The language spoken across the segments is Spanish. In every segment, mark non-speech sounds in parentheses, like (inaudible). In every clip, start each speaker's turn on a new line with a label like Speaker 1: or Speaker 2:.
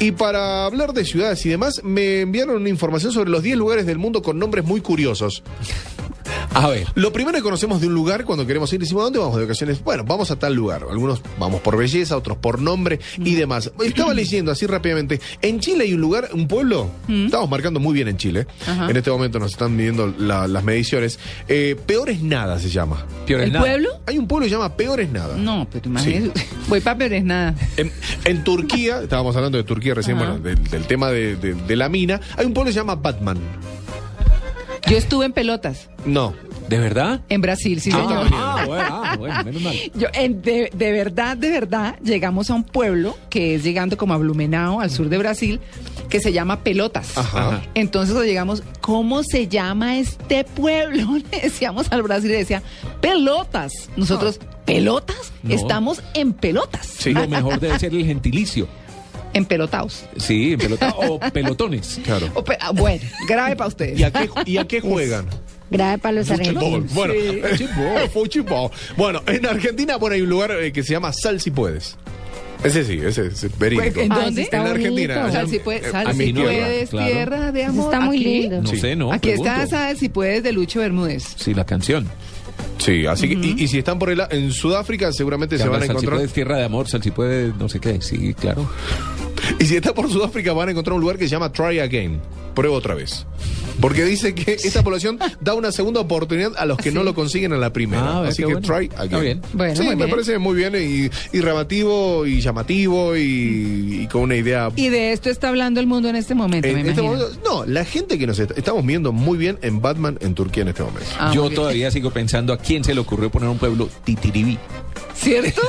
Speaker 1: Y para hablar de ciudades y demás, me enviaron una información sobre los 10 lugares del mundo con nombres muy curiosos.
Speaker 2: A ver.
Speaker 1: Lo primero que conocemos de un lugar cuando queremos ir, decimos, ¿a dónde vamos de vacaciones? Bueno, vamos a tal lugar. Algunos vamos por belleza, otros por nombre y demás.
Speaker 3: Mm.
Speaker 1: Estaba leyendo así rápidamente. En Chile hay un lugar, un pueblo, estamos marcando muy bien en Chile.
Speaker 3: Mm. Ajá.
Speaker 1: En este momento nos están midiendo la- las mediciones. Eh, Peor es nada se llama.
Speaker 2: Peores
Speaker 3: ¿El
Speaker 2: nada.
Speaker 3: pueblo?
Speaker 1: Hay un pueblo que se llama Peor es nada.
Speaker 3: No, pero imagínate. (laughs) Voy para pero es nada.
Speaker 1: En, en
Speaker 3: (laughs)
Speaker 1: Turquía, estábamos hablando de Turquía recién,
Speaker 3: Ajá.
Speaker 1: bueno, del, del tema de, de- de la mina, hay un pueblo que se llama Batman.
Speaker 3: Yo estuve en pelotas,
Speaker 1: No.
Speaker 2: ¿De verdad?
Speaker 3: en Brasil, sí, señor.
Speaker 2: ah, bueno, ah, bueno, menos mal.
Speaker 3: (laughs) Yo, en- de, de verdad, de verdad, llegamos a un pueblo que es llegando como a Blumenau, al sur de Brasil, que se llama Pelotas.
Speaker 1: Ajá.
Speaker 3: Entonces cuando llegamos, ¿cómo se llama este pueblo? (laughs) Le decíamos al Brasil y le decía, Pelotas. Nosotros,
Speaker 1: Ah.
Speaker 3: ¿pelotas?
Speaker 2: No.
Speaker 3: Estamos en pelotas.
Speaker 1: Sí.
Speaker 2: Lo mejor debe ser el gentilicio.
Speaker 3: En pelotaos.
Speaker 2: Sí, pelota o pelotones.
Speaker 1: Claro.
Speaker 3: O pe- ah, bueno, grave para ustedes.
Speaker 1: ¿Y a qué, y a qué juegan?
Speaker 4: Grave para los
Speaker 1: Fútbol.
Speaker 4: argentinos.
Speaker 1: Bueno,
Speaker 2: Sí,
Speaker 1: (laughs)
Speaker 2: fútbol.
Speaker 1: fútbol. Bueno, en Argentina, bueno, hay un lugar eh, que se llama Sal si puedes. Ese sí, ese es verídico.
Speaker 3: ¿En
Speaker 4: Ah,
Speaker 3: dónde?
Speaker 4: está
Speaker 1: En la
Speaker 4: bonito.
Speaker 1: Argentina.
Speaker 3: Sal, si
Speaker 1: Eh,
Speaker 3: puedes, sal,
Speaker 1: a
Speaker 3: si
Speaker 1: mi tierra,
Speaker 3: puedes,
Speaker 2: claro.
Speaker 3: tierra de amor.
Speaker 4: Está muy
Speaker 3: aquí.
Speaker 4: lindo.
Speaker 2: No
Speaker 1: Sí.
Speaker 2: sé, no.
Speaker 3: aquí
Speaker 2: pregunto.
Speaker 3: está Sal, si puedes, de Lucho Bermúdez.
Speaker 2: Sí, la canción.
Speaker 1: Sí, así que, y, y si están por el, en Sudáfrica, seguramente se van a encontrar.
Speaker 2: puede tierra de amor, sal si puede, no sé qué. Sí, claro.
Speaker 1: Y si está por Sudáfrica, van a encontrar un lugar que se llama Try Again. Prueba otra vez. Porque dice que esta población da una segunda oportunidad a los que no lo consiguen a la primera.
Speaker 2: Ah, ve,
Speaker 1: Así
Speaker 2: qué
Speaker 1: que
Speaker 2: bueno.
Speaker 1: try
Speaker 2: Está
Speaker 1: again.
Speaker 2: bien.
Speaker 3: Bueno,
Speaker 1: sí,
Speaker 3: muy
Speaker 1: me
Speaker 3: bien.
Speaker 1: parece muy bien y, y llamativo y llamativo y, y con una idea.
Speaker 3: Y de esto está hablando el mundo en este momento, me
Speaker 1: En este
Speaker 3: imagino.
Speaker 1: momento- no, la gente que nos está- estamos viendo muy bien en Batman en Turquía en este momento.
Speaker 3: Ah,
Speaker 2: Yo
Speaker 3: muy bien.
Speaker 2: todavía sigo pensando a quién se le ocurrió poner un pueblo titiribí. (laughs)
Speaker 3: ¿Cierto?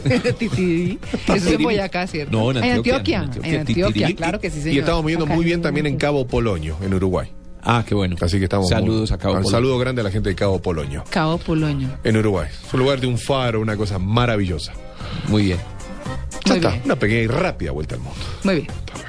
Speaker 3: Titiri. Eso es en
Speaker 2: Titiribí.
Speaker 3: Boyacá, ¿cierto?
Speaker 2: No, en Antioquia,
Speaker 3: En
Speaker 2: en
Speaker 3: Antioquia,
Speaker 2: Antioquia,
Speaker 3: en Antioquia,
Speaker 2: Titirí.
Speaker 3: claro que sí, señor.
Speaker 1: y estamos viendo muy bien también en Cabo Polonio, en Uruguay.
Speaker 2: Ah, qué bueno.
Speaker 1: Así que estamos. muy-
Speaker 2: Saludos a Cabo
Speaker 1: Un
Speaker 2: Polo.
Speaker 1: saludo grande a la gente de Cabo Polonio,
Speaker 3: Cabo Polonio.
Speaker 1: en Uruguay. Es un lugar de un faro, una cosa maravillosa.
Speaker 2: Muy bien.
Speaker 1: Ya
Speaker 3: Muy
Speaker 1: está,
Speaker 3: bien.
Speaker 1: una pequeña y rápida vuelta al mundo.
Speaker 3: Muy bien.